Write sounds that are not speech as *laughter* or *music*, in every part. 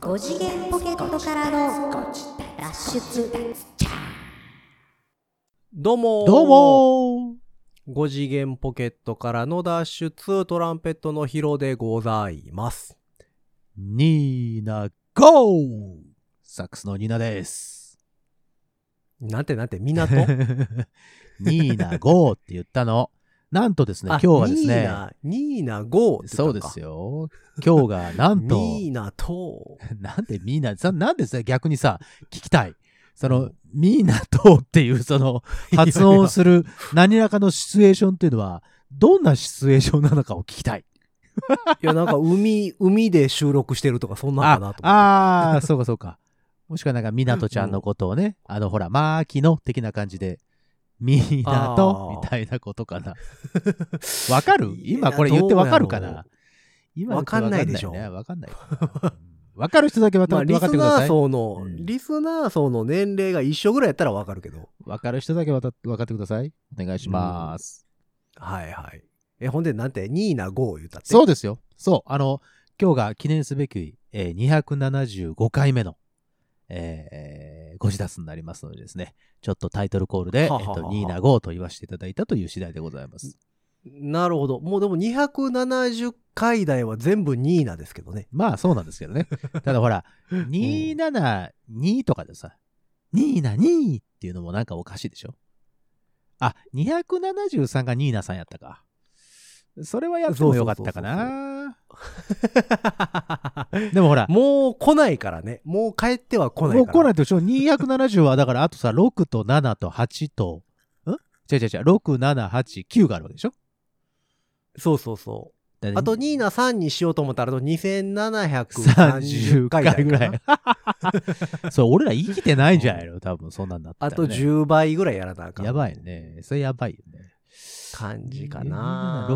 5次元ポケットからの脱出どうもーどうも5次元ポケットからの脱出トランペットのヒロでございますーニーナゴーサックスのニー *laughs* ナです。なんてなんて *laughs* 港ニーナゴーって言ったの。なんとですね、あ今日はですニーね、ナニーナ5ってそうですよ。今日がなんと、 *laughs* ニーナと *laughs* なんでミーナ、さなんでさ、逆にさ、聞きたい。その、ミーナとっていうその、発音する何らかのシチュエーションっていうのは、どんなシチュエーションなのかを聞きたい。いやなんか海 *laughs* 海で収録してるとかそんなんかなと思っああー、そうかそうか。 *laughs* もしくはなんか、みなとちゃんのことをね、あの、ほら、マーキの的な感じで、みなあとーみたいなことかな。わかるいや今これ言ってわかるかどうやろなう今わかんないでしょねわかんない。わかる人だけわ *laughs* まかあ、っリスてわかってくだナさーい。層の、うんリスナー層の年齢が一緒ぐらいやったらわかるけど。わかる人だけわたわかってください。お願いします。はいはい。え、ほんで、なんて、ニーナ5言ったって。そうですよ。そう。あの、今日が記念すべき、えー275回目の、えーご自達になりますのでですね、ちょっとタイトルコールで、ははははえっと、ニーナ5と言わせていただいたという次第でござ *laughs* います。なるほど。もうでも270回台は全部ニーナですけどね。まあ、そうなんですけどね。ただ *laughs* ほら、272とかでさ、272っていうのもなんかおかしいでしょあ、273がニーナさんやったか。それはやってもよかったそかうそうな。 *laughs* でもほら、もう *laughs* 来ないからね。もう帰っては来ないもかうら。来ないでしょ。270は、だから、あとさ、6と7と8と、ん違う違う違う、6、7、8、9があるわけでしょそうそうそう。だいたいあとニーナ3にしようと思ったら、あと2730 30回回台ぐ。。からない *laughs* そう、俺ら生きてないんじゃないの多分、そんなんなったら、 *laughs* あとね。10倍ぐらいやらなあかん。やばい。ね。それやばいよね。感じかな。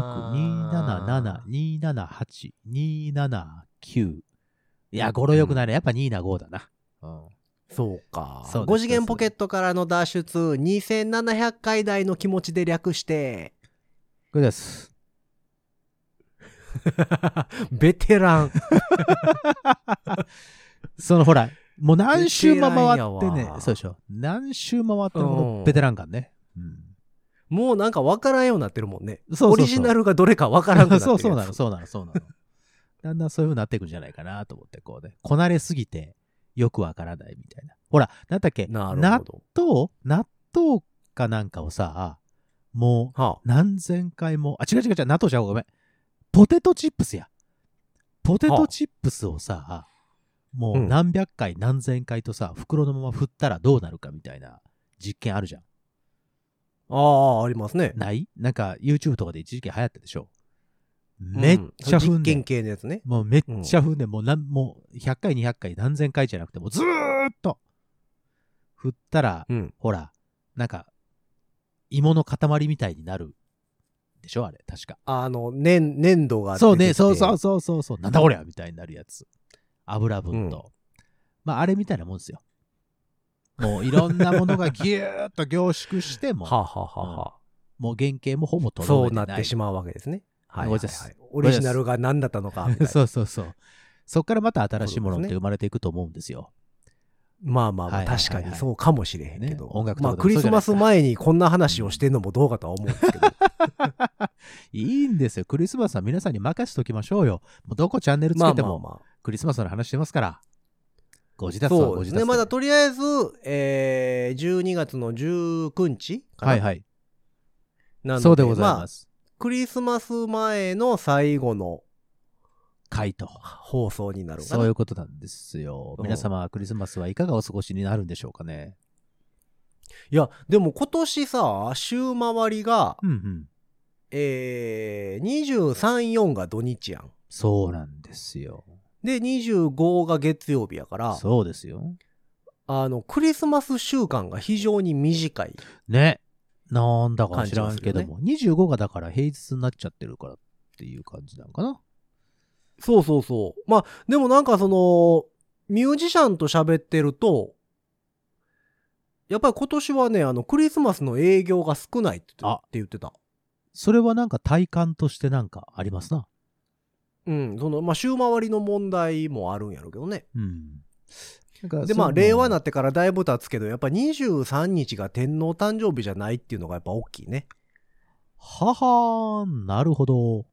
276、277、278、279。いや、語呂良くないね。やっぱ275だな。うん。そうか。そうです5次元ポケットからの脱出、2700回台の気持ちで略 *laughs* して、これです。ベテラン。そのほら、もう何周も回ってベテランねやわ、そうでしょ。何周回ってるうんのベテラン感ね。うん。もうなんか分からんようになってるもんね。そうそうそうオリジナルがどれか分からんくなってる *laughs* そうそうなやの、つそうなの、そうなの。だんだんそういう風になっていくんじゃないかなと思って、こうね。こなれすぎて、よくわからないみたいな。ほら、なんだっけ、な納るほど。豆納豆かなんかをさ、もうは何千回も、あ、違う違う違う、納豆じゃごめん。ポテトチップスや。ポテトチップスをさ、もううん何百回何千回とさ、袋のまま振ったらどうなるかみたいな実験あるじゃん。あ、ああ、ありますね。ないなんか YouTube とかで一時期流行ったでしょ。めっちゃ踏んで、うん実験系のやつね。もうめっちゃ踏んで、もうなんもう100回200回何千回じゃなくて、もうずーっと振ったら、うん。ほら、なんか、芋の塊みたいになるでしょあれ、確か。あの、粘、粘土が出てきて。そうね、そうそうそうそうそう、なんだこりゃみたいになるやつ。油分と。まあ、あれみたいなもんですよ。もういろんなものがぎゅーっと凝縮しても、はあ、はあはあはあもう原型もほぼとそろえうてなない。ってしまうわけですね。はいはい、ごめんはないさい。オリジナルが何だったのかみたいな。 *laughs* そうそうそう。そっからまた新しいものっそうですてね生まれていくと思うんですよ。まあまあまあ、はいはいはい確かにそうかもしれへんけど。ね音楽とまあ、かでもクリスマス前にこんな話をしてんのもどうかとは思うんですけど。いいんですよ。クリスマスは皆さんに任せときましょうよ。もうどこチャンネルつまあけてまあもまクリスマスの話してますから。ご自あ。宅そはごうで自す宅ね。まだとりあえず、えー、12月の19日かな。はいはい。なのでそうでございまあす。クリスマス前の最後の回答。放送になるかそうな。いうことなんですよ。うん皆様、クリスマスはいかがお過ごしになるんでしょうかね。いや、でも今年さ、週回りが、うんうん。えー、23、4が土日やん。そうなんですよ。で、25が月曜日やから、そうですよ。あの、クリスマス週間が非常に短い。ね。なんだか知ら感んじがけするどよねも、25がだから平日になっちゃってるからっていう感じなのかな。そうそうそう。まあ、でもなんかその、ミュージシャンと喋ってると、やっぱり今年はね、あの、クリスマスの営業が少ないって言ってあって言ってた。それはなんか体感としてなんかありますな。うん、その、まあ、週回りの問題もあるんやろうけどね。うん。なんかで、そのまあ、令和になってからだいぶ経つけど、やっぱ23日が天皇誕生日じゃないっていうのがやっぱ大きいね。ははーなるほど。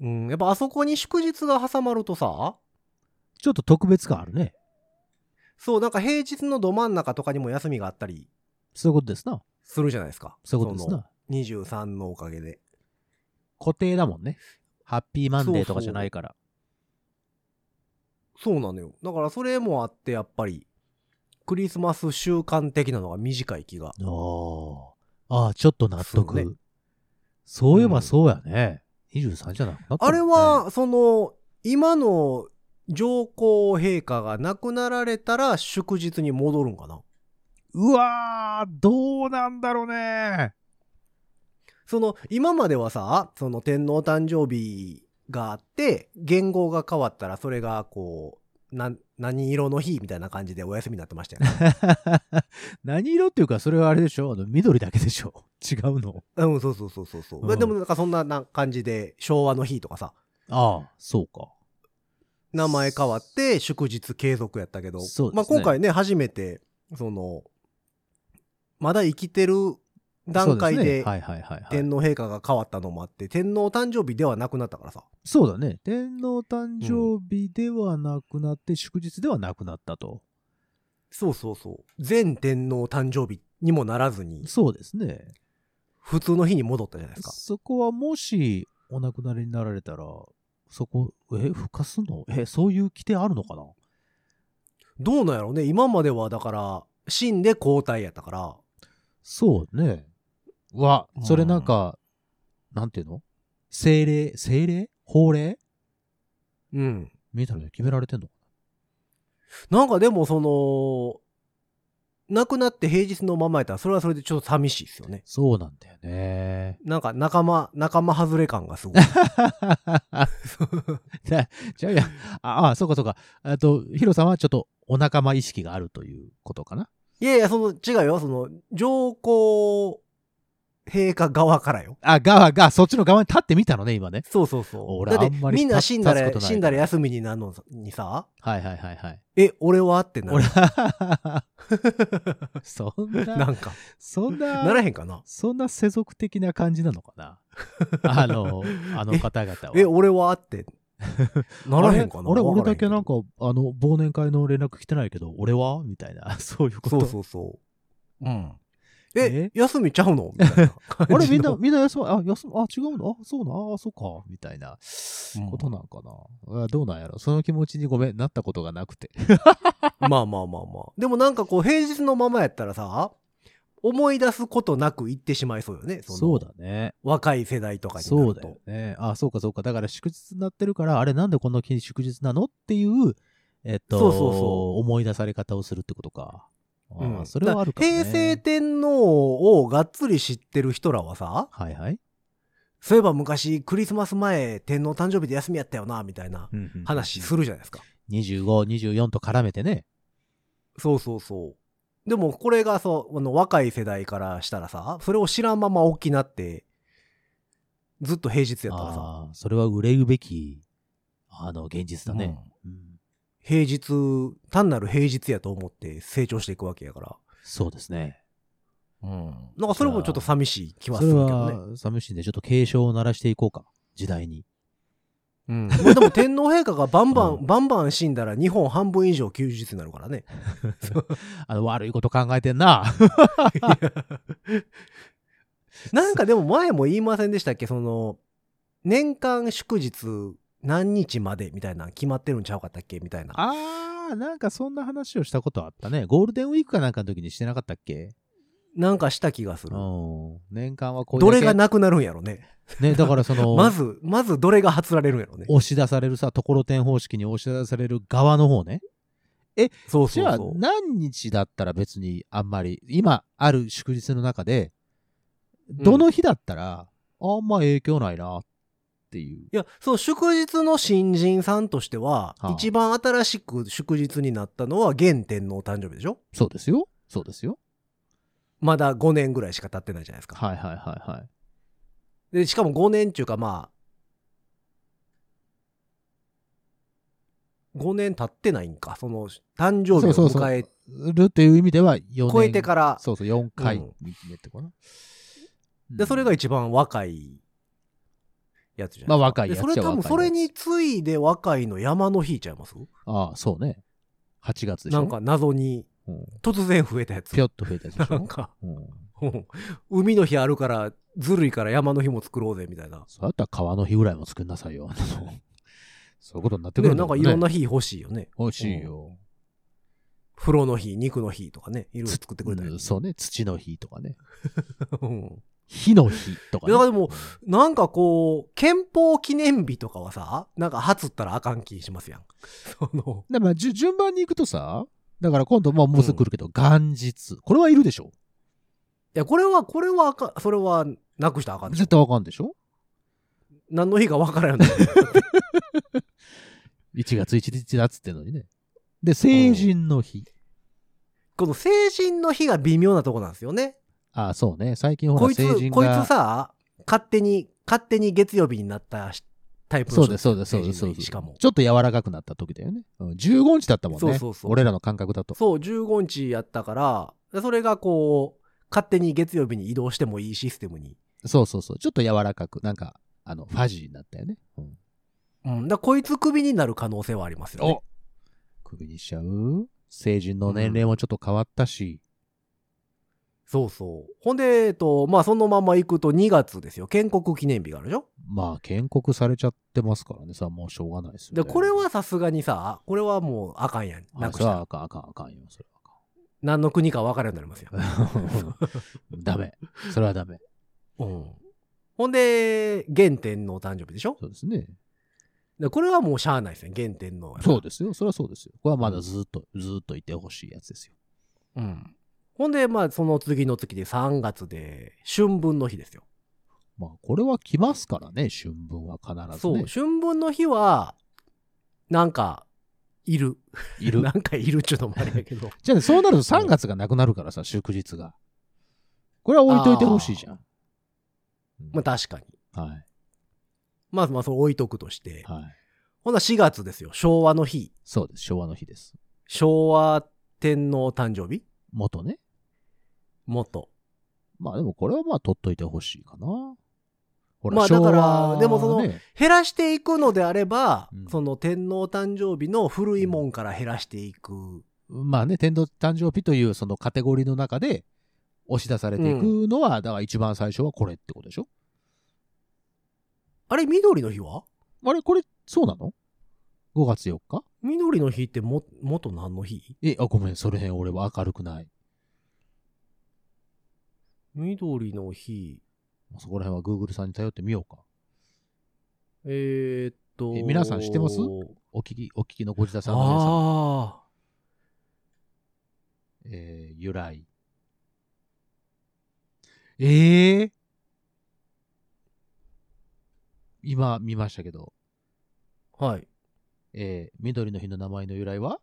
うん、やっぱあそこに祝日が挟まるとさ、ちょっと特別感あるね。そう、なんか平日のど真ん中とかにも休みがあったりそういうことですな。するじゃないですか。そういうことですそのな。 23のおかげで。固定だもんね。ハッピーマンデーとかじゃないから。そうなのよ。だからそれもあって、やっぱり、クリスマス習慣的なのが短い気が。ああ。ああ、ちょっと納そう得。ねそういえばそうやね。23じゃなくなったもんねあれは、その、今の上皇陛下が亡くなられたら祝日に戻るんかなうわー、どうなんだろうね。その、今まではさ、その天皇誕生日があって、元号が変わったらそれがこう、なん何色の日みたいな感じでお休みになってましたよね。 *laughs* *laughs* 何色っていうか、それはあれでしょあの緑だけでしょ *laughs* 違うの。うん、そうそうそうそうそう。うんでもなんかそんなな感じで、昭和の日とかさ、ああ、そうか。名前変わって祝日継続やったけど、そうですねまあ今回ね、初めて、その、まだ生きてる段階そうすねではいはいはい、はい天。皇陛下が変わったのもあって、天皇誕生日ではなくなったからさ。そうだね。天皇誕生日ではなくなって、祝日ではなくなったと。そうそうそう。全天皇誕生日にもならずに、そうですね。普通の日に戻ったじゃないですか。そこはもしお亡くなりになられたら、そこ、え、復活すんのえ、そういう規定あるのかなどうなんやろうね。今まではだから、死んで交代やったから、そうね。うわう、んそれなんか、なんていうの政令、政令法令うん。みたいなの決められてんのなんかでもその、亡くなって平日のままやったら、それはそれでちょっと寂しいですよね。そうなんだよ *laughs* ね。なんか仲間、仲間外れ感がす *laughs* ごい。じゃじゃあいや、ああ、そうかそうか。あと、ヒロさんはちょっとお仲間意識があるということかな。いやいや、その違うよ。その、上皇陛下側からよ。あ、側が、そっちの側に立ってみたのね、今ね。そうそうそう。俺だっあてんまりみんな死んだ立つこら、とない死んだら休みになるのにさ、はいはいはいはい。え、俺はってな俺る。は、そんなな、んか、そんならな、へんかな。そんな世俗的な感じなのかな *laughs* あの、あの方々は。え、俺はって。 *laughs* ならへんかな。あれあれわら俺へだんけけどなんか、あの、忘年会の連絡来てないけど、俺はみたいな、 *laughs* そういうこと。そうそうそう。うん。ええ、休みちゃうのみたいな感じの。*laughs* *laughs* あれみんな、みんな休ま、あ、休ま、あ、違うのあ、そうな、あ、そうか、みたいなことなんかな。あどうなんやろその気持ちにごめん、なったことがなくて。まあまあまあまあ。でもなんかこう、平日のままやったらさ、思い出すことなく行ってしまいそうよね。のそうだね。若い世代とかになると。そうだよね。あ、そうかそうか。だから祝日になってるから、あれなんでこんな日に祝日なのっていう、えっと、そうそうそ思い出され方をするってことか。あーうんそれはあるかも、ね。平成天皇をがっつり知ってる人らはさ、はいはい。そういえば昔クリスマス前天皇誕生日で休みやったよな、みたいな話するじゃないですか。 25、24と絡めてね。そうそうそう。でもこれがそう、あの若い世代からしたらさ、それを知らんまま大きなって、ずっと平日やったらさ、ああー、それは憂うべき、あの、現実だね。うん平日、単なる平日やと思って成長していくわけやから。そうですね。なんかそれもちょっと寂しい気はそすれるけどね。は、寂しいんで、ちょっと警鐘を鳴らしていこうか。時代に。うん、まあで *laughs* も天皇陛下がバンバン、うんバンバン死んだら日本半分以上休日になるから *laughs* ね。あの、悪いこと考えてんな。なんかでも前も言いませんでしたっけその、年間祝日何日までみたいなの決まってるんちゃうかったっけみたいな。 *laughs* あー、なんかそんな話をしたことあったね。ゴールデンウィークかなんかの時にしてなかったっけなんかした気がすうる。ん。年間はこういうどれがなくなるんやろね。ね、だからその、 *laughs* まず、まずどれが発られるんやろね。押し出されるさ、ところてん方式に押し出される側の方ね。そうじそうゃあそう。何日だったら別にあんまり、今ある祝日の中で、どの日だったら、あんま影響ないなっていう。いや、そう、祝日の新人さんとしては、あ一番新しく祝日になったのは現天皇誕生日でしょそうですよ。そうですよ。まだ5年ぐらいしか経ってないじゃないですか。はいはいはいはい。で、しかも5年っていうかまあ、 5年経ってないんか、その誕生日そうそをうそう迎え、るっていう意味では4年。超えてから、そうそう、4回うん目ってかな。で、それが一番若いやつじゃなまあい若いでやつそれじゃ多若い分やつそれに次いで若いの山の日ちゃいますああ、そうね。8月でしょ。なんか謎にうん、突然増えたやつぴょっと増えたやつでしなんょ。かうん。うん海の日あるからずるいから山の日も作ろうぜみたいなそうやったら川の日ぐらいも作んなさいよ。 *laughs* そういうことになってくでるなんかいろんな日欲しいよね欲しいよ。風呂の日肉の日とかねいろいろ作ってくれたりうんそうね。土の日とかね。うん火の日とかね。いやでもなんかこう憲法記念日とかはさなんか初ったらあかん気しますやんそのだからじゅ順番に行くとさ、だから今度もうもうすぐ来るけど、元日。これはいるでしょいやこれはこれはあかんそれはなくしたらあかんでしょ絶対わかんでしょ何の日かわからんよね ?1 月1日だっつってんのにね。で、成人の日。この成人の日が微妙なとこなんですよねああ、そうね。最近ほこらいつ成人が。こいつさ勝手に勝手に月曜日になったしタイプの人そうです、そうです、そう成です、人そのう日です。しかもちょっと柔らかくなった時だよね。うん、15日だったもんね。そうそうそう俺らの感覚だと。そう、15日やったから、でそれがこう、勝手に月曜日に移動してもいいシステムに。そうそうそう。ちょっと柔らかく、なんか、あの、ファジーになったよね。うん、うん。だからこいつクビになる可能性はありますよね。首にしちゃう成人の年齢もちょっと変わったし。そうそう。ほんで、えっと、まあ、そのまま行くと2月ですよ。建国記念日があるでしょまあ、建国されちゃってますからね。さもうしょうがないですよ、で、ね。これはさすがにさ、これはもうあかんやん。あ、なくしそれたはら。あかん、あかん、あかんよ。それ何の国か分かるようになりますよ。はあかん。ダメ。 *laughs* それはダメ。うん。ほんで、原点のお誕生日でしょそうですね。でこれはもうしゃあないですね。原点の。そうですよ。それはそうですよ。これはまだずっと、ずっといてほしいやつですよ。うん。ほんで、まあ、その次の月で3月で、春分の日ですよ。まあ、これは来ますからね、春分は必ず、ね。そう、春分の日は、なんか、いる。い *laughs* るな。んかいるっちゅうのもあれやけ *laughs* ど。じゃあね、そうなると3月がなくなるからさ、祝日が。これは置いといてほしいじゃん。まあ確かに。はい。まあまあそう置いとくとして。はい。ほな4月ですよ。昭和の日。そうです。昭和の日です。昭和天皇誕生日元ね。元。まあでもこれはまあ取っといてほしいかな。ほら、まあだから昭和ねでもその減らしていくのであれば、うんその天皇誕生日の古いもんから減らしていく。まあね、天皇誕生日というそのカテゴリーの中で押し出されていくのは、だから一番最初はこれってことでしょあれ、緑の日はあれこれ、そうなの ?5 月4日緑の日っても、元何の日え、あ、ごめん、それへん俺は明るくない。緑の日。そこら辺は Google さんに頼ってみようか。えーっとえ。皆さん知ってますお聞き、お聞きのご自宅さんの皆さんああ。えー由来。ええ今見ましたけど、はい。えー緑の日の名前の由来は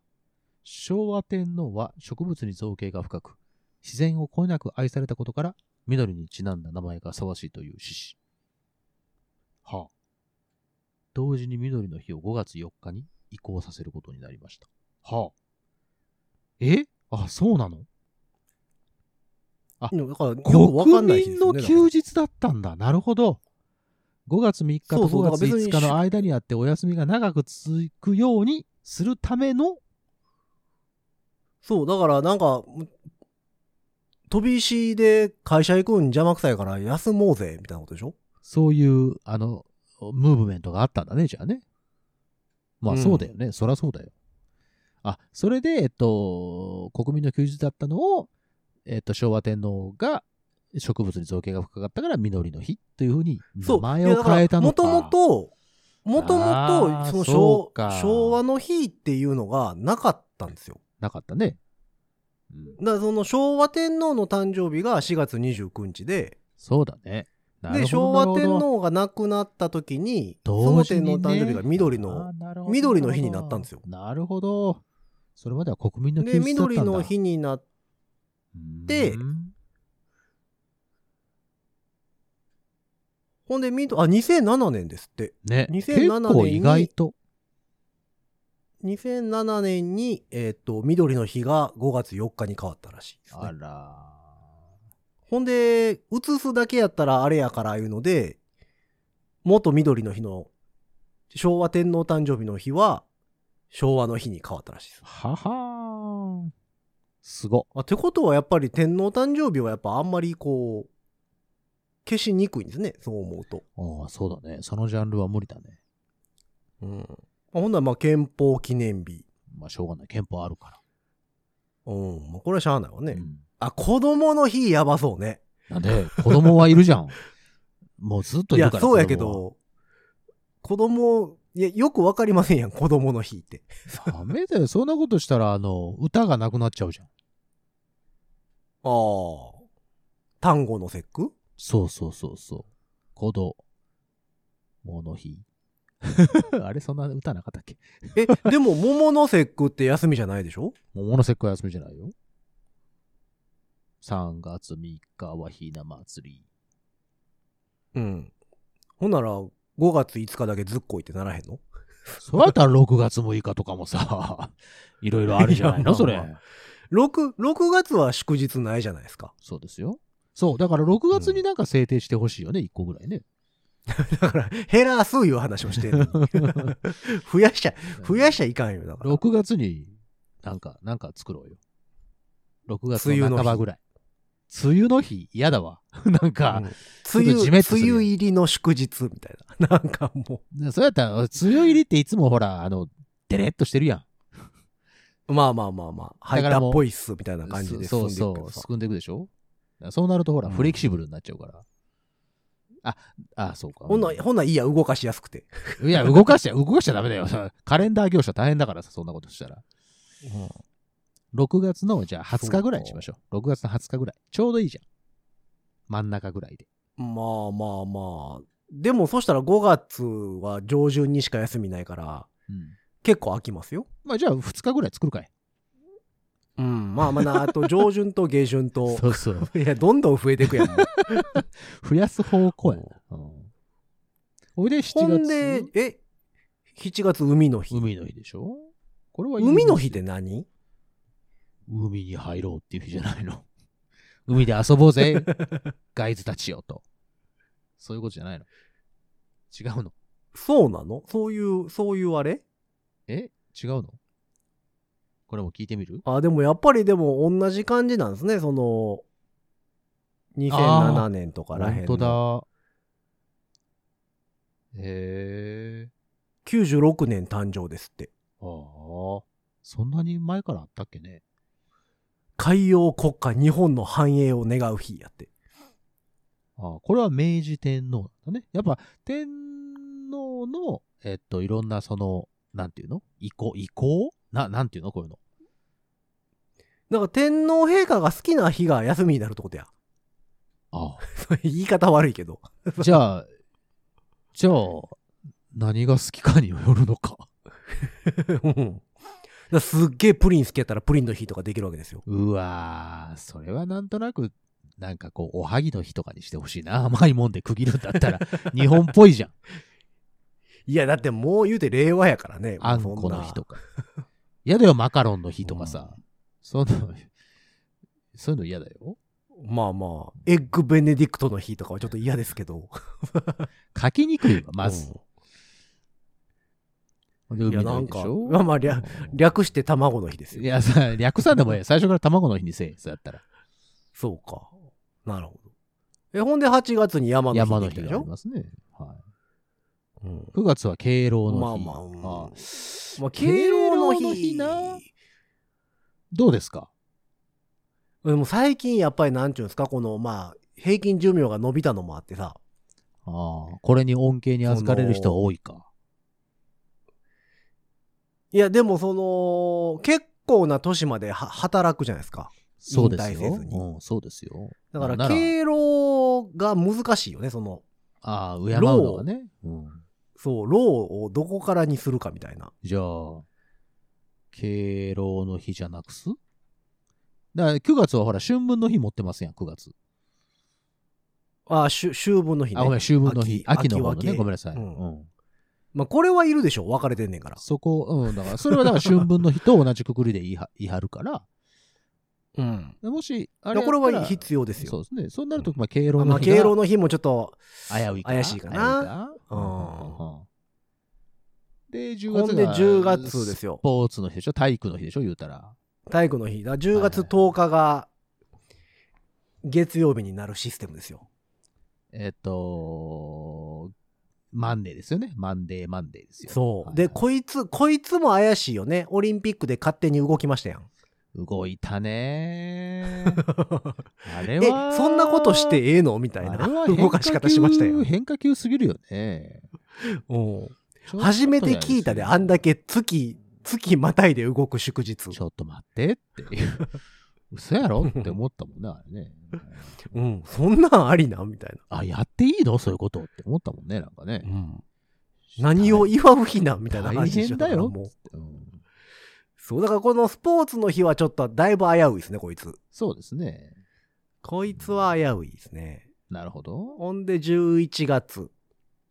昭和天皇は植物に造形が深く、自然をこえなく愛されたことから、緑にちなんだ名前がふさわしいという趣旨。はあ。同時に緑の日を5月4日に移行させることになりました。はあ。えあ、そうなのでもだから、よくわか国んない日で民すよのね。休日だったんだ。なるほど。5月3日そとうそう5月だから別に5日の間にあってお休みが長く続くようにするための、そう、だからなんか、飛び石で会社行くん邪魔くさいから休もうぜ、みたいなことでしょそういう、あの、ムーブメントがあったんだね、じゃあね。まうあんそうだよね。そりゃそうだよ。あ、それで、えっと、国民の休日だったのを、えっと、昭和天皇が植物に造形が深かったから緑の日というふうにそ名う。前を変えたのか。もともと、もともあと、ーそのそう昭か昭和の日っていうのがなかったんですよ。なかったね。うんだからその昭和天皇の誕生日が4月29日で、そうだね。なるで、昭ほど和天皇が亡くなった時に、同時天皇に、ね、誕生日が緑の、緑の日になったんですよなるほど。それまでは国民ので、休日だったん緑だ。の日になっでうんほんで、みどあ、2007年ですって。ね、 2007結構年に意外と。 2007年に、えっ、と、緑の日が5月4日に変わったらしいです、あね。らほんで、映すだけやったらあれやからいうので、元緑の日の昭和天皇誕生日の日は昭和の日に変わったらしいです。ははーすご。あってことはやっぱり天皇誕生日はやっぱあんまりこう、消しにくいんですね、そう思うと。ああ、そうだね。そのジャンルは無理だね。うん。ほんならまあ憲法記念日。まあ、しょうがない。憲法あるかうん。まあこれはしゃあないわね。ら。うんあ、子供の日やばそうね。なんで、子供はいるじゃん。もうずっといいるや、から。そうやけ子供は。ど、子供、いや、よくわかりませんやん、子供の日って。ダメだよ。そんなことしたら、あの、歌がなくなっちゃうじゃん。ああ。単語の節句そうそうそうそう。子供の日。 *laughs* あれ、そんな歌なかったっけえ、 *laughs* でも、桃の節句って休みじゃないでしょ桃の節句は休みじゃないよ。3月3日はひな祭り。うん。ほんなら、5月5日だけずっこいってならへんのそうやったら6月6日とかもさ、 *laughs* いろいろあるじゃないいやまあの、それま。6、6月は祝日ないじゃないですか。そうですよ。そう、だから6月になんか制定してほしいよね、1個ぐらいね。だから、減らすいう話をしてんのに *laughs* 増やしちゃ、増やしちゃいかんよ。だから。 6月になんか、なんか作ろうよ。6月の半ばぐらい。梅雨の日嫌だわ。 *laughs* なんか、うん梅ちょっと雨、じめ梅っとするやん雨入りの祝日みたいな。 *laughs* なんかもそうやったら、梅雨入りっていつもほら、あの、デレっとしてるやん。う、まあまあまあまあ、だ入かっらたもうっぽいっす、みたいな感じで進そんうでいくそけどう、さすくんでいくでしょだからそうなるとほら、うんフレキシブルになっちゃうから。あ、あ、そうか。ほんな、ほんないいや、動かしやすくて。いや、動かしちゃ、動かしちゃダメだよ。 *laughs* カレンダー業者大変だからさ、そんなことしたら。6月の、じゃあ20日ぐらいにしましょう。6月の20日ぐらい。ちょうどいいじゃん。真ん中ぐらいで。まあまあまあ。でも、そしたら5月は上旬にしか休みないから、結構飽きますよ。まあじゃあ2日ぐらい作るかい。うん、まあまあな、あと上旬と下旬 *laughs* と、うそう。いや、どんどん増えていく *laughs* やん。 *laughs* 増やす方向やな。うんおいで7月。ほんで、え、7月海の日。海の日でしょこれは海の日ってで何海に入ろうっていう日じゃない *laughs* の。海で遊ぼうぜ、ガイズたちよと。そういうことじゃないの。違うの。そうなのそういう、そういうあれえ違うのこれも聞いてみるあ、でもやっぱりでも同じ感じなんですね、その、2007年とからへんの。本当だ。へえ。 96年誕生ですって。ああ。そんなに前からあったっけね。海洋国家日本の繁栄を願う日やって。ああ、これは明治天皇だね。やっぱ天皇の、えっと、いろんなその、なんていうの意向意向な、なんていうのこういうの。なんか天皇陛下が好きな日が休みになるってことや。 *laughs* あ言い方悪いけど。 *laughs* あ。じゃあ、じゃあ、何が好きかによるのか。うんだからすっげえプリン好きやったらプリンの日とかできるわけですよ。うわー、それはなんとなく、なんかこう、おはぎの日とかにしてほしいな。甘いもんで区切るんだっ *laughs* たら、日本っぽいじゃん。いや、だってもう言うて令和やからね。あんもうこそなの日とか。嫌だよ、マカロンの日とかさ。そういうの、そういうの嫌だよ。まあまあ、エッグベネディクトの日とかはちょっと嫌ですけど。書きにくいわ、まず。でうん。いや、海なの日んでか、しょまあまあ、略うん略して卵の日ですいよ。やさ、略さんでもええ。最初から卵の日にせえ。そうやったら。そうか。なるほど。え、ほんで8月に山の日山っのてき日たでがしありょますね。はいうん9月は敬老まあの日。まあ、うんああまあ、敬老の敬老の日日などうですかでも最近やっぱりなんちゅうんですか、この、まあ、平均寿命が伸びたのもあってさ、ああ、これに恩恵に預かれる人は多いか。いや、でもその、結構な年までは働くじゃないですか。そうです引退よ。せずにうん、そうですよ。だかなら、敬老が難しいよね、その、ああ、敬うのがね。うん。そう、老をどこからにするかみたいな。じゃあ、敬老の日じゃなくすだから9月はほら、春分の日持ってますやん、9月。ああ、しゅ秋分の日ね。あ、ごめん、秋分の日。秋秋の方の秋分ね、けごめんなさい。うんうんまあ、これはいるでしょ分かれてんねんから。そこ、うん、だから、それはだから春分の日と同じくくりで言いは言い張るから、うん。もし、あだれからやっこたれらは必要ですそよ。うですね。そうなると、まあ、敬老まのあ、日が敬老の日もちょっと、危ういか怪しいかな危ういかうんうんうんで、10ほ月んがで10月ですよスポーツの日でしょ体育の日でしょ言うたら。体育の日。だから10月10日が、月曜日になるシステムですよ。えっと、マンデーですよね。マンデー、マンデーですよ。そう。はいで、こいつ、こいつも怪しいよね。オリンピックで勝手に動きました *laughs* やん。動いたねあれ *laughs* え、は。そんなことしてええのみたいあなれは変化球動かし方しましたよ。変化球すぎるよね。うんちょっと初めて聞いたで、あんだけ月、月またいで動く祝日。ちょっと待ってっていう。 *laughs* 嘘やろって思ったもんね、あれね。うん、そんなんありなみたいあ、やっていいのそういうことって思ったもんね、なんかね。な。何を言祝う日なんみたいな大話でし変ょだからよもう。うんそう、だからこのスポーツの日はちょっとだいぶ危ういですね、こいつ。そうですね。こいつは危ういですね。なるほど。ほんで11月。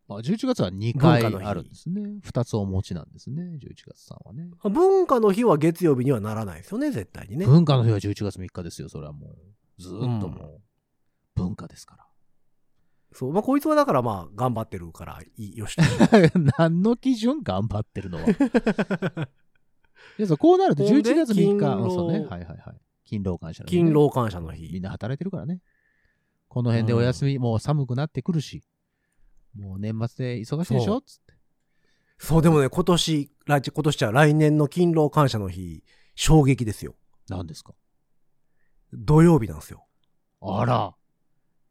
まあ、11月は2回文化の日あるんですね。2つお持ちなんですね、11月さんはね。あ文化の日は月曜日にはならないですよね、絶対にね。文化の日は11月3日ですよ、それはもう。ずーっともう、文化ですから。そう、まあこいつはだからまあ頑張ってるから、いい *laughs* よしとしよ何の基準頑張って *laughs* るのは。いや、そう、こうなるとほんで11月3勤日、労うんそうね、はいはいはい。勤労感謝う。の日ね勤労感謝のみ日。んな働いてるからね。この辺でお休み、もう寒くなってくるし、もう年末で忙しいでしそょうつって。そう、でもね、今年、来今年じゃ来年の勤労感謝の日、衝撃ですよ。何ですか土曜日なんですよ。あら。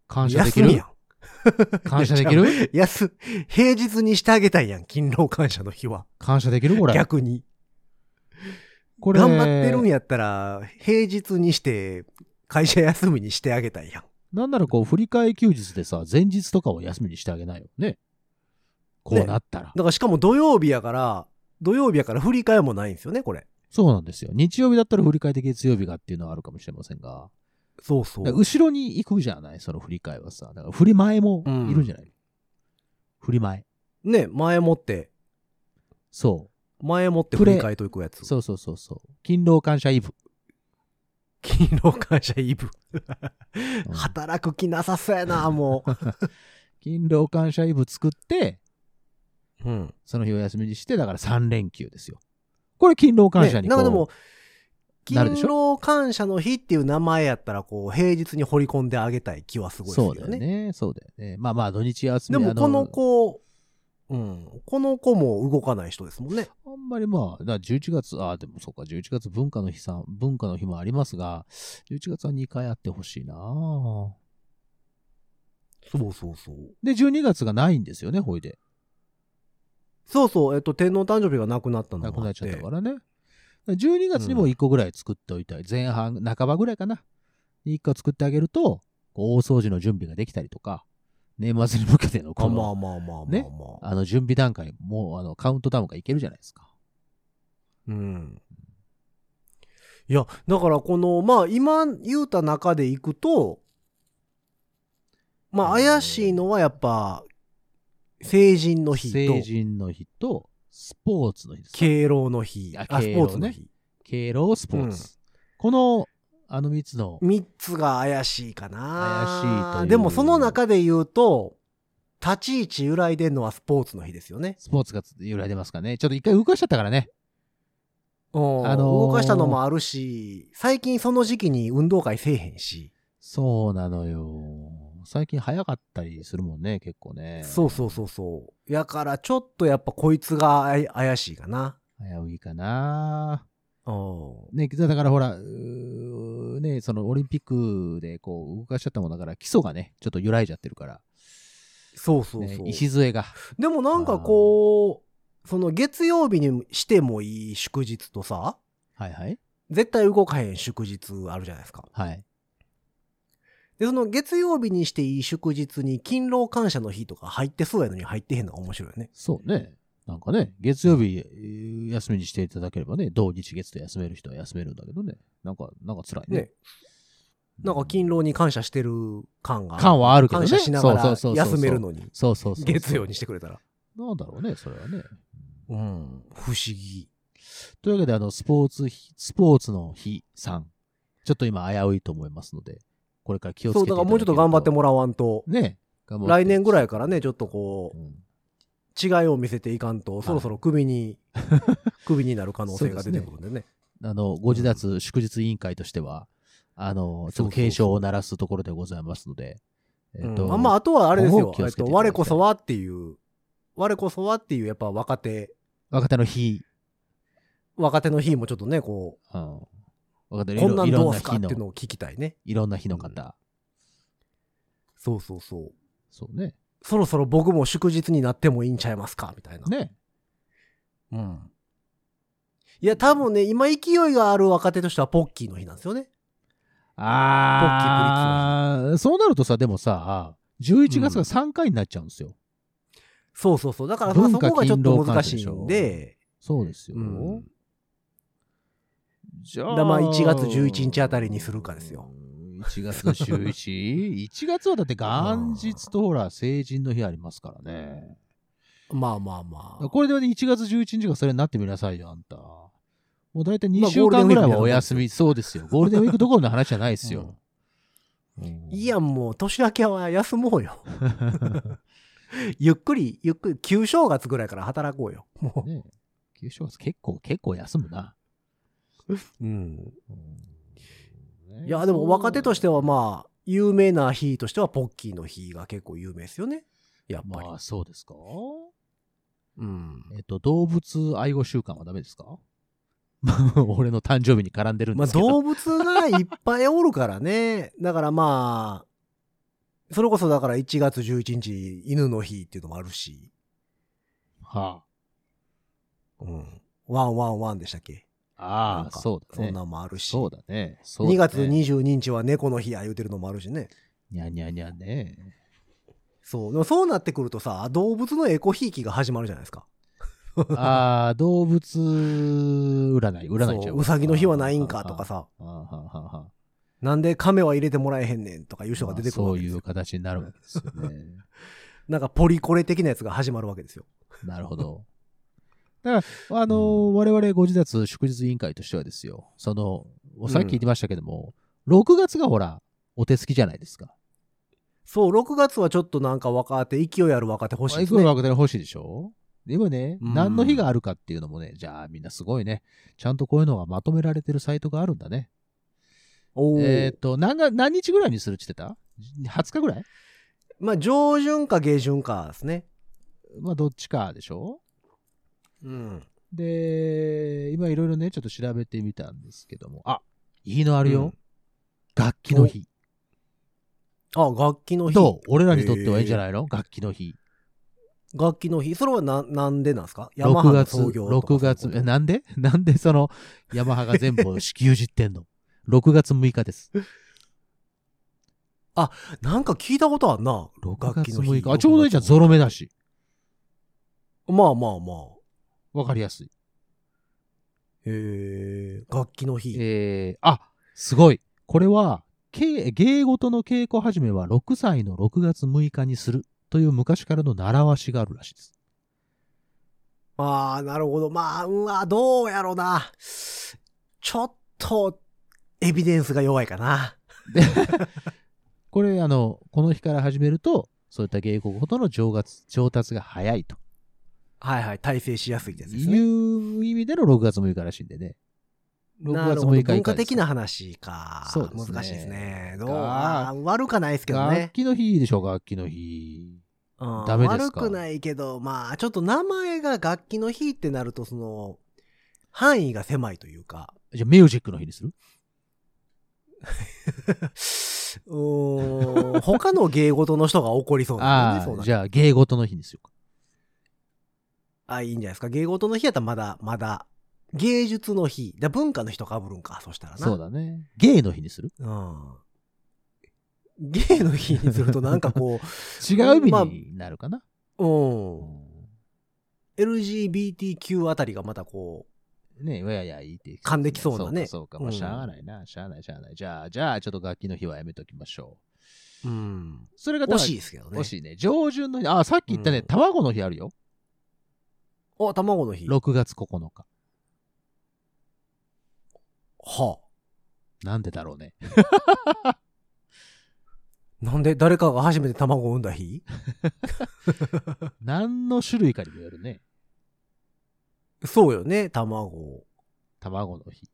感謝でき休みるやん。感謝できる安、平日にしてあげたいやん、勤労感謝の日は。感謝できるこれ。逆に。これ頑張ってるんやったら、平日にして、会社休みにしてあげたいやん。なんならこう、振り替え休日でさ、前日とかを休みにしてあげないよね。こうなったら。だからしかも土曜日やから、土曜日やから振り替えもないんですよね、これ。そうなんですよ。日曜日だったら振り替えで月曜日がっていうのはあるかもしれませんが。そうそだから後ろに行くじゃないその振り替えはさ。だから振り前もいるんじゃない、振り前。ね、前もって、そ前もってプ振レり替えといくやう。つ。そうそうそうそう。勤労感謝イブ。勤労感謝イブ。 *laughs* うん働く気なさそうやな、も勤労感謝イブ作って、 *laughs* う。うん。その日を休みにして、だから3連休ですよ。これ勤労感謝にねこなんかう、でも、なる勤でしょ労感謝の日っていう名前やったら、こう、平日に掘り込んであげたい気はすごいですそようね。だよね。そうだよね。まあまあ土日休みでも、こあの子、うん、この子も動かない人ですもんね。あんまりまあ、だから11月、ああ、でもそうか、11月文化の日さん、文化の日もありますが、11月は2回あってほしいなあそうそうそう。で、12月がないんですよね、ほいで。そうそう、えっと、天皇誕生日がなくなったのもあなってくなっちゃったからね。12月にも1個ぐらい作っておいたい。前半、半ばぐらいかな。1個作ってあげると、こう大掃除の準備ができたりとか、年末に向けてのあこまあの、まあまあまあまあ。ねあの、準備段階、もう、あの、カウントダウンがいけるじゃないですか。うん。いや、だからこの、まあ、今言うた中でいくと、まあ、怪しいのはやっぱ、成人の日成と、人の日と、スポーツの日ですね。敬老の日、ああ、ス敬ポ老ねーツの日。敬老スポーツ。この、あの3つの、 3つが怪しいかな怪しいというでもその中で言うと立ち位置揺らいでんのはスポーツの日ですよね、スポーツが揺らいでますかね。ちょっと一回動かしちゃったからね。うんあのー動かしたのもあるし最近その時期に運動会せえへんし、そうなのよ。最近早かったりするもんね、結構ね。そうそうそうそうやからちょっとやっぱこいつがあい怪しいかな危ういかな。うんね、だからほら、うーね、そのオリンピックでこう動かしちゃったもんだから、基礎がね、ちょっと揺らいじゃってるから、そうそうねそう、礎が。でもなんかこうその月曜日にしてもいい祝日とさはいはい。絶対動かへん祝日あるじゃないですかはい。で、その月曜日にしていい祝日に勤労感謝の日とか入ってそうやのに入ってへんのが面白いよね。そうね。なんかね、月曜日えー休みにしていただければね、同日月と休める人は休めるんだけどね。なんか、なんか辛いね。ね。なんか勤労に感謝してる感が。感はあるけどね感謝しながらそうそうそうそう休めるのに。そうそうそうそう。月曜にしてくれたら。なんだろうね、それはね。うん。不思議。というわけで、あの、スポーツ日、スポーツの日さん。ちょっと今危ういと思いますので、これから気をつけそう、ていだたからだけるもうちょっと頑張ってもらわんと。ね。頑張って来年ぐらいからね、ちょっとこうう、ん違いを見せていかんと、いそろそろ首 *laughs* に、首になる可能性が出てくるんでね。あの、ご自立祝日委員会としては、あの、ちょそうそうそっうと警鐘を鳴らすところでございますので、えっうと、ん、あまあ、あとはあれです思うよ。気えをっつけてと、いただきた我いこそはっていう、我こそはっていう、やっぱ若手、若手の日、若手の日もちょっとね、こうん、若手う、のこんないんろどんうなすか日っていうのの、を聞きたいね。いろんな日の方、そうそうそう。そうね、そろそろ僕も祝日になってもいいんちゃいますかみたいな。ね、うん。いや、多分ね、今勢いがある若手としてはポッキーの日なんですよね。ああ、そうなるとさ、でもさ、11月が3回になっちゃうんですよ。そうそうそう。だからまあ文そ化こがちょっと難し勤い労ん感でで、そうですよ。うんじゃだからまあ1月11日あたりにするかですよ。 1月の *laughs* 11?1 月はだって元日とほら、成人の日ありますからね。まあまあまあ。これで1月11日がそれになってみなさいよ、あんた。もう大体2まあ週ゴールデ間ンウィークみたいなぐらいもんはお休み。そうですよ。ゴールデンウィークどころの話じゃないですよ。うんいや、もう年明けは休もうよ。 *laughs* ゆっくり、ゆっくり、旧正月ぐらいから働こうよ。も *laughs* ねえ。旧正月結構、結構休むな。う。うん。うんいや、でも若手としてはまあ、有名な日としてはポッキーの日が結構有名ですよね。やっぱり。まあ、そうですか。うん。えっと、動物愛護週間はダメですか *laughs* 俺の誕生日に絡んでるんまであすけど。動物がいっぱいおるからね。 *laughs* だからまあ、それこそだから1月11日犬の日っていうのもあるし、はうん。ワンワンワンでしたっけあ、あなんあ、かそうだそね。んなんもあるし。そうだね。そうだね2月22日は猫の日や言うてるのもあるしね。にゃにゃにゃね。そう。でもそうなってくるとさ、動物のエコひいきが始まるじゃないですか。ああ、動物占い、占いちゃ。そうう。うさぎの日はないんかとかさ、ああ。はあはあはあなんで亀は入れてもらえへんねんとかいう人が出てくるまあわそけうでいすよう。形になるわけですよね。 *laughs* なんかポリコレ的なやつが始まるわけですよ。なるほど。だから、あのー我々ご自立祝日委員会としてはですよ、その、さっき言ってましたけども、6月がほら、お手つきじゃないですか。そう、6月はちょっとなんか若手、勢いある若手欲しいですまあいくらね。若手が欲しいでしょでもね、うん何の日があるかっていうのもね、じゃあみんなすごいね。ちゃんとこういうのがまとめられてるサイトがあるんだね。おーえっ、と、何が、何日ぐらいにするって言ってた ?20 日ぐらいまあ、上旬か下旬かですね。まあどっちかでしょうん。で、今いろいろね、ちょっと調べてみたんですけども、あ、いいのあるよ。うん楽器の日。あ、楽器の日。どう俺らにとってはいいんじゃないの、楽器の日。楽器の日。それはな、なんでなんですかヤマハの6月、創業とか6月、えなんで *laughs* なんでその、ヤマハが全部を支給じってんの ?6 月6日です。なんか聞いたことあんな。 6楽器月の日6日。あ、ちょうどいいじゃん。ゾロ目だし。まあまあまあ。わかりやすい。へえ、楽器の日。えー、あ、すごい。これは、け芸事の稽古始めは6歳の6月6日にするという昔からの習わしがあるらしいです。ああ、なるほど。まあ、うわ、どうやろな。ちょっと、エビデンスが弱いかな。これ、あの、この日から始めると、そういった芸事ごとの上達上達が早いとはいはい、体制しやすいですね。いう意味での6月6日らしいんでね。6なる月ほど。6日以文下化です的な話か。そうですね難しいですね。どうがあー悪くはないですけど楽ね。器の日でしょ、楽器の日。うんダメですか悪くないけど、まあ、ちょっと名前が楽器の日ってなると、その、範囲が狭いというか。 *laughs* じゃあ、ミュージックの日にするうーん、他の芸事の人が怒りそうなんあで、そうあ、なじゃあ、芸事の日にしようか。あ、いいんじゃないですか。芸事の日やったらまだ、まだ。芸術の日。だ文化の日とかぶるんか、そしたらな。そうだね。芸の日にするうん。芸の日にするとなんかこ違う意味まあになるかな。う、 *laughs* うん。LGBTQ あたりがまたこねいやいや、いいって。噛んできそうなねそうか、そうか。まあ、うんしゃあないな、しゃあない、しゃあない。じゃあ、じゃあ、ちょっと楽器の日はやめときましょう、うんう。。それが惜しいい。ですけどね。惜しいね。上旬の日、あ、さっき言ったね、うん卵の日あるよ。お、卵の日。は6月9日。あ。なんでだろうね。 *laughs* なんで誰かが初めて卵を産んだ日何の種類かにもよるね。そうよね、卵。卵の日。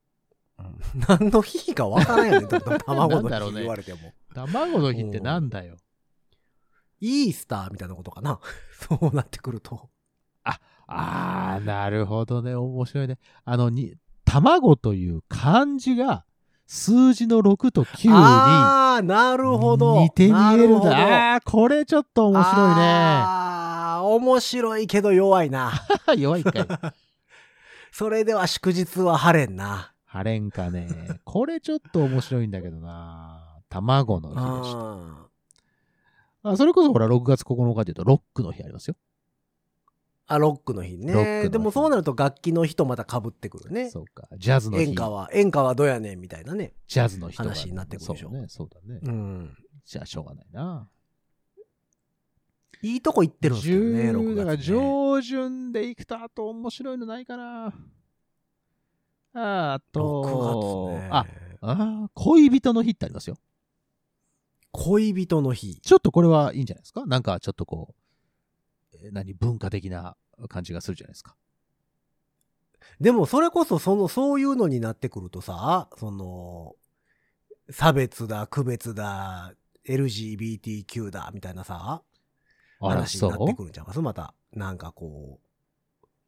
*laughs* 何の日かわからんよね、*laughs* 卵なんだのろう日ね言われても。卵の日ってなんだよ。イースターみたいなことかな。 *laughs* そうなってくると。あー、なるほどね。面白いね。あの、に、卵という漢字が、数字の6と9にあー、なるほど。似て見えるんなほどだ。あー、これちょっと面白いね。あー面白いけど弱いな。 *laughs* 弱いかい。それでは祝日は晴れんな。ハレンか *laughs* ね。これちょっと面白いんだけどな。卵の日でした。ああそれこそほら、6月9日で言うと、ロックの日ありますよ。あ、ロックの日ロックのね。日でもそうなると楽器の日とまた被ってくるね。そうか。ジャズの日。演歌は、演歌はどやねんみたいなね。ジャズの日とか話になってくるでしょそうね。そうだね。うん。じゃあ、しょうがないな。いいとこ行ってるんですけどね、 10 6だから月、ね。上旬で行くと、あと面白いのないかな。あと、 6月ね。あ、あー、恋人の日ってありますよ。恋人の日。ちょっとこれはいいんじゃないですかなんかちょっとこう、えー何、文化的な感じがするじゃないですか。でもそれこそその、そういうのになってくるとさ、その、差別だ、区別だ、LGBTQ だ、みたいなさ、あら、話そになってうくるんちゃいますまた、なんかこう、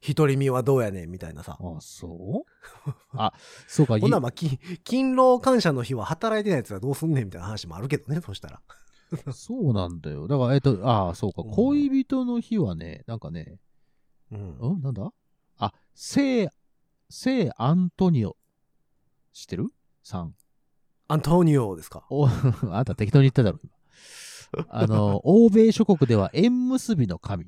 独り身はどうやねん、みたいなさ。あ、そう *laughs* あ、そうか、いほんならまあ、き勤労感謝の日は働いてないやつはどうすんねん、みたいな話もあるけどね、そしたら。そうなんだよ。だから、えっと、ああ、そうか、うん恋人の日はね、なんかね、うん。うん、なんだあ、聖、聖アントニオ、知ってるさん。アントニオですかお、 *laughs* あんた適当に言っただろ、今。*laughs* あの、欧米諸国では縁結びの神。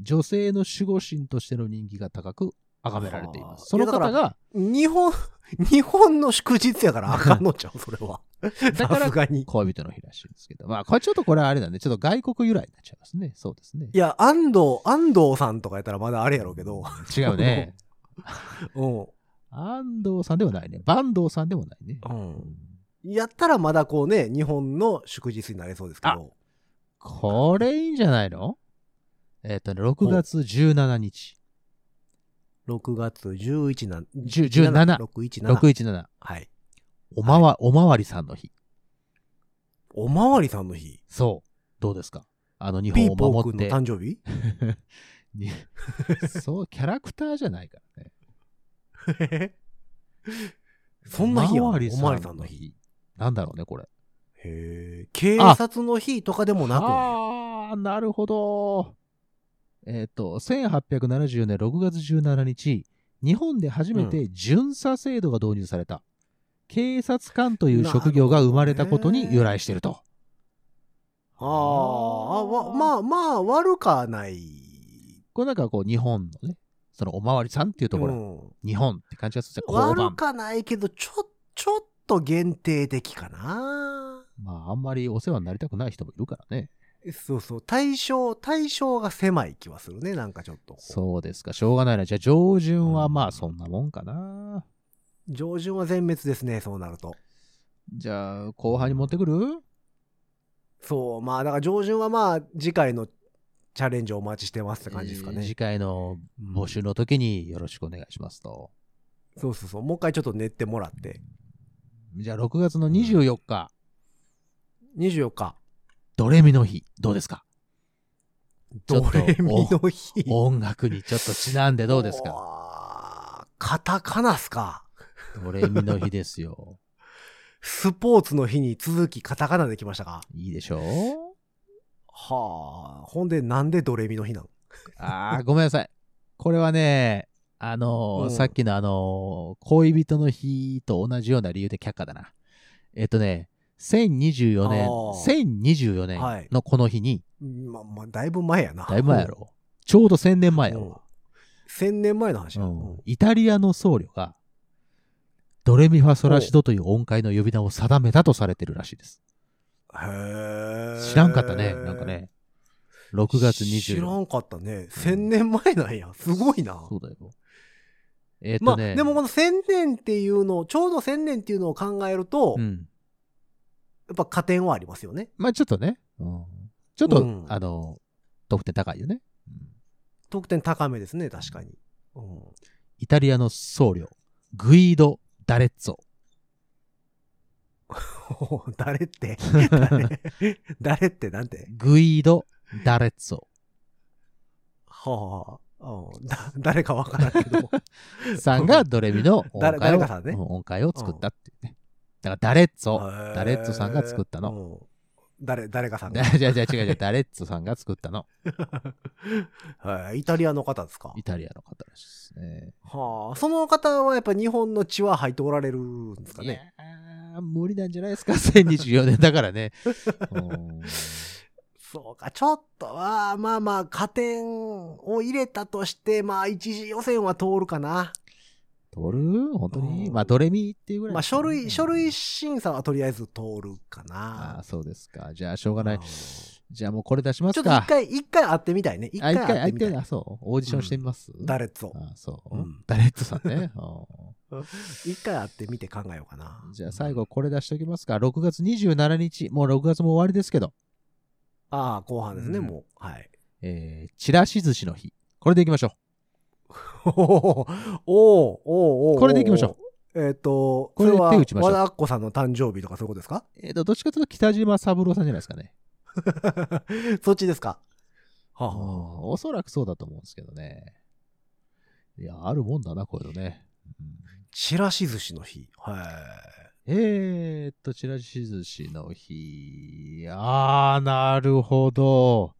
女性の守護神としての人気が高く崇められていまはあす。そのいや方が、日本、 *laughs* 日本の祝日やからあかんのちゃう、それは。だかさすらがに。恋人の日らしいんですけど。まあ、これちょっとこれはあれだね。ちょっと外国由来になっちゃいますね。そうですね。いや、安藤、安藤さんとかやったらまだあれやろうけど、違うね。うん。 *laughs* 安藤さんではないね。坂東さんでもないね。うん。やったらまだこうね、日本の祝日になれそうですけど。これいいんじゃないのえっ、とね、6月17日。 6月11な、 10 17 617。 617。はい。おまわ、おまわりさんの日。おまわりさんの日。そう。どうですかあの、日ピ本ーポをー守君っのて。誕生日 *laughs* にそう、キャラクターじゃないからね。 *laughs* そんな日やんおまわりおまわりささんんのの日。日。なんだろうね、これ。へえ。警察の日とかでもなくね。ああ、なるほど。えっ、と、1874年6月17日、日本で初めて巡査制度が導入された。警察官という職業が生まれたことに由来していると。あーあ、わまあまあ、悪かない。これなんかこう、日本のね、そのおまわりさんっていうところ、うん日本って感じがするじゃん。交悪番。かないけど、ちょ、ちょっと限定的かな。まあ、あんまりお世話になりたくない人もいるからね。そうそう。対象、対象が狭い気はするね。なんかちょっとこう。そうですか。しょうがないな。じゃあ、上旬はまあ、そんなもんかな。上旬は全滅ですね、そうなると。じゃあ、後半に持ってくるそう、まあ、だから上旬はまあ、次回のチャレンジをお待ちしてますって感じですかえーね。次回の募集の時によろしくお願いしますと。そうそうそう。もう一回ちょっと練ってもらって。じゃあ、6月の24日、 24日、ドレミの日、どうですかちょっドとレミの日。音楽にちょっとちなんでどうですかかカタカナっすか。ドレミの日です *laughs* よ。スポーツの日に続きカタカナできましたかいいでしょうはあ。ほんで、なんでドレミの日なんあー、ごめんなさい。これはね、あのーうんさっきのあのー恋人の日と同じような理由で却下だな。えっとね、1024年、あー1024はい年のこの日に、ま、まあ、だいぶ前やな。だいぶ前やろ。ちょうど1000年前やうん。ろ。 1000年前の話や。うんイタリアの僧侶が、ドレミファソラシドという音階の呼び名を定めたとされてるらしいです。へえ。知らんかったね、なんかね。 6月24知らんかったね。1000年前なんや。すごいな。そうだよ。えっまとあ、ね。でもこの1000年っていうのを、ちょうど1000年っていうのを考えると、うやん。っぱ加点はありますよね。まあちょっとね。うん、ちょっと、うんあの、得点高いよね。うん得点高めですね、確かに。うん、イタリアの僧侶、グイード・ダレッツォ。 *laughs* 誰 *laughs* って誰誰ってなんてグイード・ダレッツォはあ、うんだ誰かわからんけ *laughs* ど。さんがドレミの音誰階誰を,かさうん、んね音階を作ったっていうね。だからダレッツォ。ダダレッツォさんが作ったの。の。うん誰、誰かさん *laughs* じがゃ。あじゃあじゃあ違う違う、ダレッツォさんが作ったの。はいイタリアの方ですかイ。タリアの方らしいですね。はあ、その方はやっぱ日本の血は入っておられるんですかいやね。ー無理なんじゃないですか、1024年だからね。うんそうか、ちょっとは、まあまあ、加点を入れたとして、まあ、一次予選は通るかな。取る本当にうんまあ、ドレミっていうぐらいまあ、ですか書ね、類、書類審査はとりあえず通るかああ、な。そうですか。じゃあ、しょうがうなんい。じゃあ、もうこれ出しまちすょっとか。一回、一回会ってみたいね。一あ回一回、会あって一みた回、いあ、。そう。オーディションしてみます誰ぞ。あそう、うんダレッツさんね。うん一回会ってみて考えようかな。じゃあ、最後、これ出しておきますか。6月27日、もう6月も終わりですけど、ああ、後半ですね、うんもう。はい。 *laughs* えー、ちらし寿司の日。これでいきましょう。おおおうおうおうこれでいきましょう。えっ、と、これで手打ちましょそうれは和田アッコさんの誕生日とかそういうことですか *laughs* えっ、と、どっちかというと、北島三郎さんじゃないですかね。そっちですかはうんはおそらくそうだと思うんですけどね。いや、あるもんだな、こういうのね。うんちらし寿司の日。はい。えーっと、ちらし寿司の日。あー、なるほど。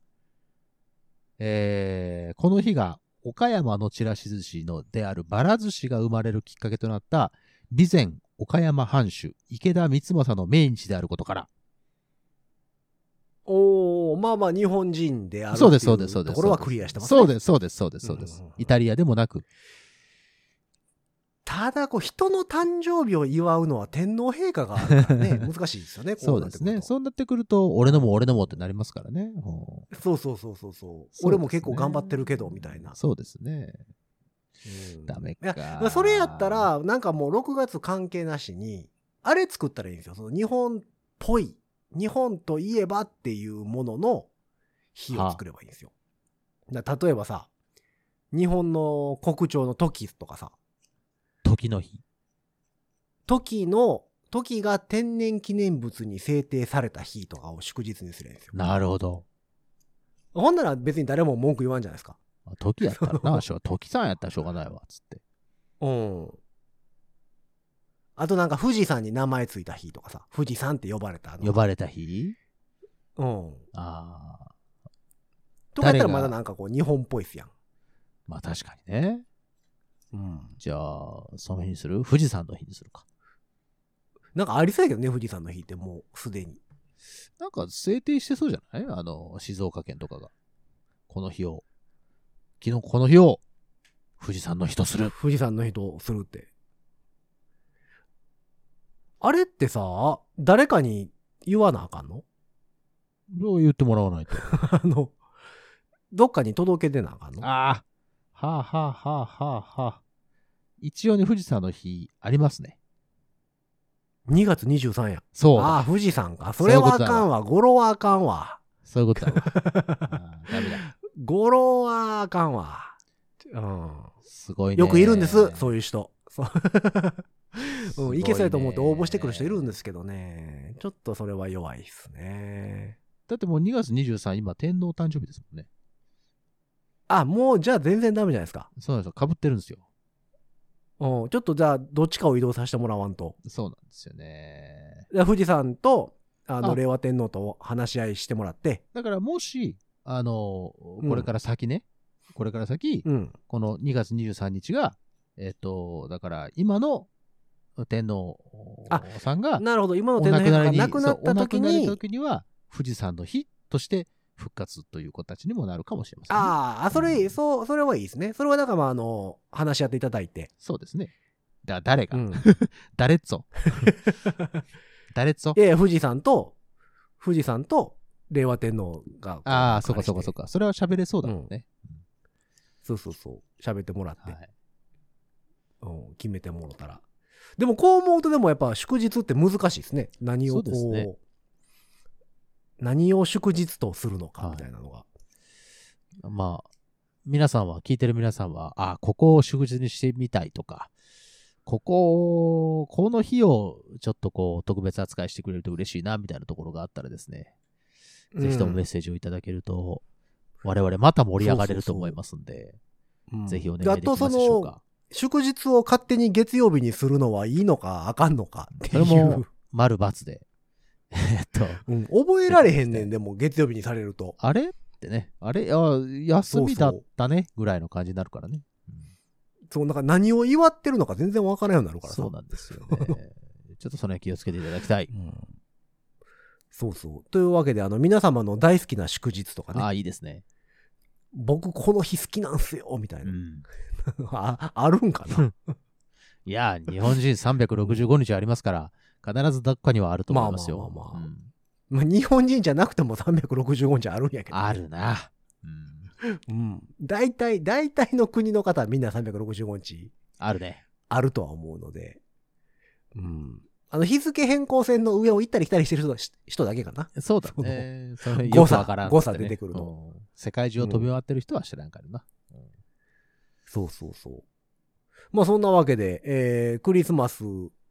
えー、この日が岡山のちらし寿司のであるばら寿司が生まれるきっかけとなった、備前岡山藩主池田光政の命日であることから。おおまあまあ日本人であるそうです、そうです、そうです。ところはクリアしてます、ね。そうです、そうです、そうです、そうですうんうんうん。イタリアでもなく、ただ、こう、人の誕生日を祝うのは天皇陛下があるから *laughs* ね、難しいですよね、こそうなでってすくるね。とそうなってくると、俺のも俺のもってなりますからね。うんそうそうそうそうそう。そうですね俺も結構頑張ってるけど、みたいな。そうですね。うんダメいやか。それやった、ら、なんかもう6月関係なしに、あれ作ったらいいんですよ。その日本っぽい、日本といえばっていうものの日を作ればいいんですよ。だ例えばさ、日本の国鳥の時とかさ、時の日。時の、時が天然記念物に制定された日とかを祝日にするんですよ。なるほど。ほんなら別に誰も文句言わんじゃないですか。あ時やったら *laughs* な、しょう時さんやったらしょうがないわ、つって。うん。あとなんか富士山に名前ついた日とかさ、富士山って呼ばれたの。呼ばれた日うん。ああ、とかやった誰がらまだなんかこう日本っぽいっすやん。まあ確かにね。うん。じゃあ、その日にする富士山の日にするか。なんかありそうやけどね、富士山の日ってもうすでに。なんか制定してそうじゃないあの、静岡県とかが。この日を、昨日この日を、富士山の日とする。富士山の日とするって。あれってさ、誰かに言わなあかんの *laughs* どう言ってもらわないと。あの、どっかに届けてなあかんのああ、はあはあはあはあはあ。一応に富士山の日ありますね。 ?2 月23や。そうだ。ああ、富士山か。それはあかんわ。語呂はあかんわ。そういうこ *laughs* とだわ。あーダメだ。語呂はあかんわ。うん。すごいね。よくいるんです、そういう人。そうすごうねん、いけそうやと思って応募してくる人いるんですけどね。ちょっとそれは弱いっすね。だってもう2月23、今、天皇誕生日ですもんね。あ、もうじゃあ全然ダメじゃないですか。そうなんですよ。かぶってるんですよ。うん、ちょっとじゃあどっちかを移動させてもらわんと。そうなんですよね。じゃあ富士山と、あの、あ令和天皇と話し合いしてもらって、だから、もし、あの、こうんれから先ね、これから先、うん。この2月23日が、えっ、と、だから、今の天皇あさんが、なるほど、今のお天皇陛下が亡くなりに、亡くなそっうおた亡く時なりにの、時には、富士山の日として復活という形にもなるかもしれませんね、あーあ、それ、そう、それはいいですね。それはだから、まあ、あの、話し合っていただいて。そうですね。だ誰が、うん。誰っ *laughs* ぞ。誰っぞい。やいや、富士山と、富士山と、令和天皇が。ああ、そうかそうかそうか。か。それは喋れそうだもんね。そうそうそう。喋ってもらって、はい。うん、決めてもろたら。でもこう思うとでもやっぱ祝日って難しいですね。何をこそうう、ですね何を祝日とするのかはいみたいなのが。まあ、皆さんは、聞いてる皆さんは、ああ、ここを祝日にしてみたいとか、ここを、この日をちょっとこう、特別扱いしてくれると嬉しいな、みたいなところがあったらですね、ぜひともメッセージをいただけると、我々また盛り上がれると思いますんで、うんぜひお願でいできますであしょとうその、か。祝日を勝手に月曜日にするのはいいのかあかんのかっていそ *laughs* れもう。丸×で。 *laughs* えっと、うん、覚えられへんねん、でも月曜日にされると。あれってね、あれあ休みだったねぐらいの感じになるからね。そう、なんか何を祝ってるのか全然わからんようになるからさそうなんですよね。 *laughs* ちょっとその辺気をつけていただきたい。うんそうそう。というわけで、あの、皆様の大好きな祝日とかあね、あ、いいですね。僕この日好きなんすよ、みたいうな。ん、 *laughs* ああるんかないや、日本人365日ありますから、必ずどっかにはあると思いますよ。まあまあまあまあうんまあ日本人じゃなくても365日あるんやけど。あるな。うんうん。大体、大体の国の方はみんな365日あるね。あるとは思うので。うん。あの、日付変更線の上を行ったり来たりしてる人し人だけかな。そうだね。その辺誤差よくわからんっつってね誤差出てくるのうん世界中を飛び回ってる人は知らんからな。そうそうそう。まあそんなわけで、えークリスマス、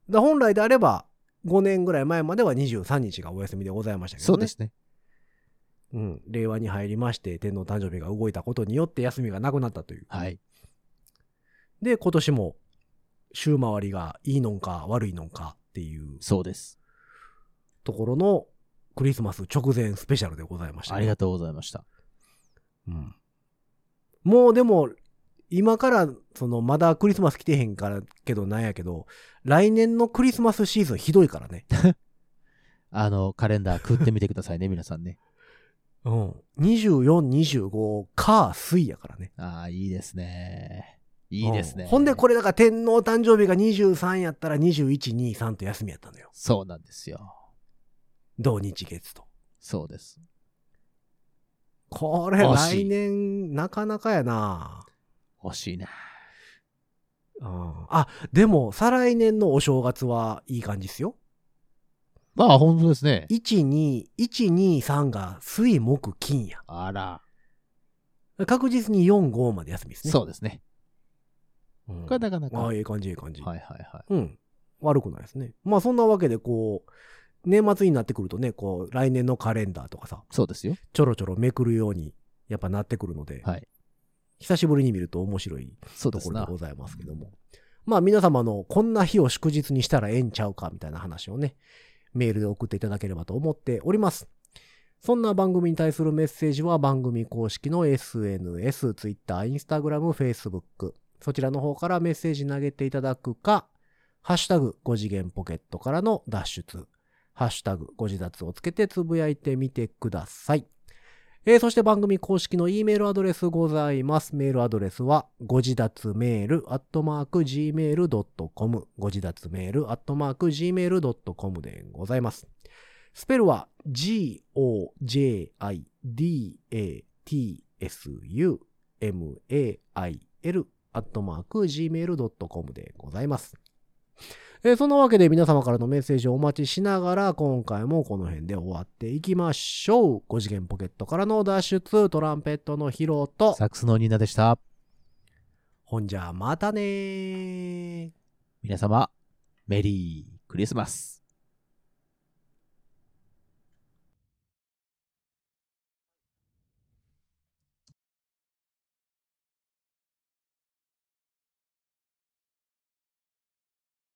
だ本来であれば、5年ぐらい前までは23日がお休みでございましたけどね。そうですね。うん。令和に入りまして、天皇誕生日が動いたことによって休みがなくなったという。はい。で、今年も、週回りがいいのんか悪いのんかっていうそうです。ところの、クリスマス直前スペシャルでございました、ありがとうございました。うん。もうでも、今から、その、まだクリスマス来てへんから、けどなんやけど、来年のクリスマスシーズンひどいからね。あの、カレンダー食ってみてくださいね、皆さ *laughs* んね。うん。24、25、か、水やからね。ああ、いいですね。いいですね。うんほんで、これだから天皇誕生日が23やったら21、23と休みやったのよ。そうなんですよ。同日月と。そうです。これ、惜し来い年、なかなかやな欲しいな。うん。あ、でも、再来年のお正月はいい感じっすよ。まあ、本当ですね。 1、2、1、2、3が水、木、金や。あら、確実に4、5まで休みですね。そうですね。う。ん、これなかなか。ああ、はいいい感じ、いい感じ。はいはうん。悪くないですね。まあそんなわけで、こう、年末になってくるとね、こう、来年のカレンダーとかさ、い。そうですよ。ちょろちょろめくるように、やっぱなってくるので、はい。久しぶりに見ると面白いそうとでころすでなご。ざいますけども。まあ皆様の、こんな日を祝日にしたらええんちゃうか、みたいな話をね、メールで送っていただければと思っております。そんな番組に対するメッセージは番組公式の SNS、Twitter、Instagram、Facebook。そちらの方からメッセージ投げていただくか、ハッシュタグ5次元ポケットからの脱出、ハッシュタグ5次脱をつけてつぶやいてみてください。えーそして番組公式の E メールアドレスございます。メールアドレスは、ご自立メール、アットマーク、gmail.com。ご自立メール、アットマーク、gmail.com でございます。スペルは、g-o-j-i-d-a-t-s-u-m-a-i-l、アットマーク、gmail.com でございます。えーそんなわけで皆様からのメッセージをお待ちしながら、今回もこの辺で終わっていきましょう。5次元ポケットからの脱出、トランペットのヒロと、サックスのニーナでした。ほんじゃまたねー。皆様、メリークリスマス。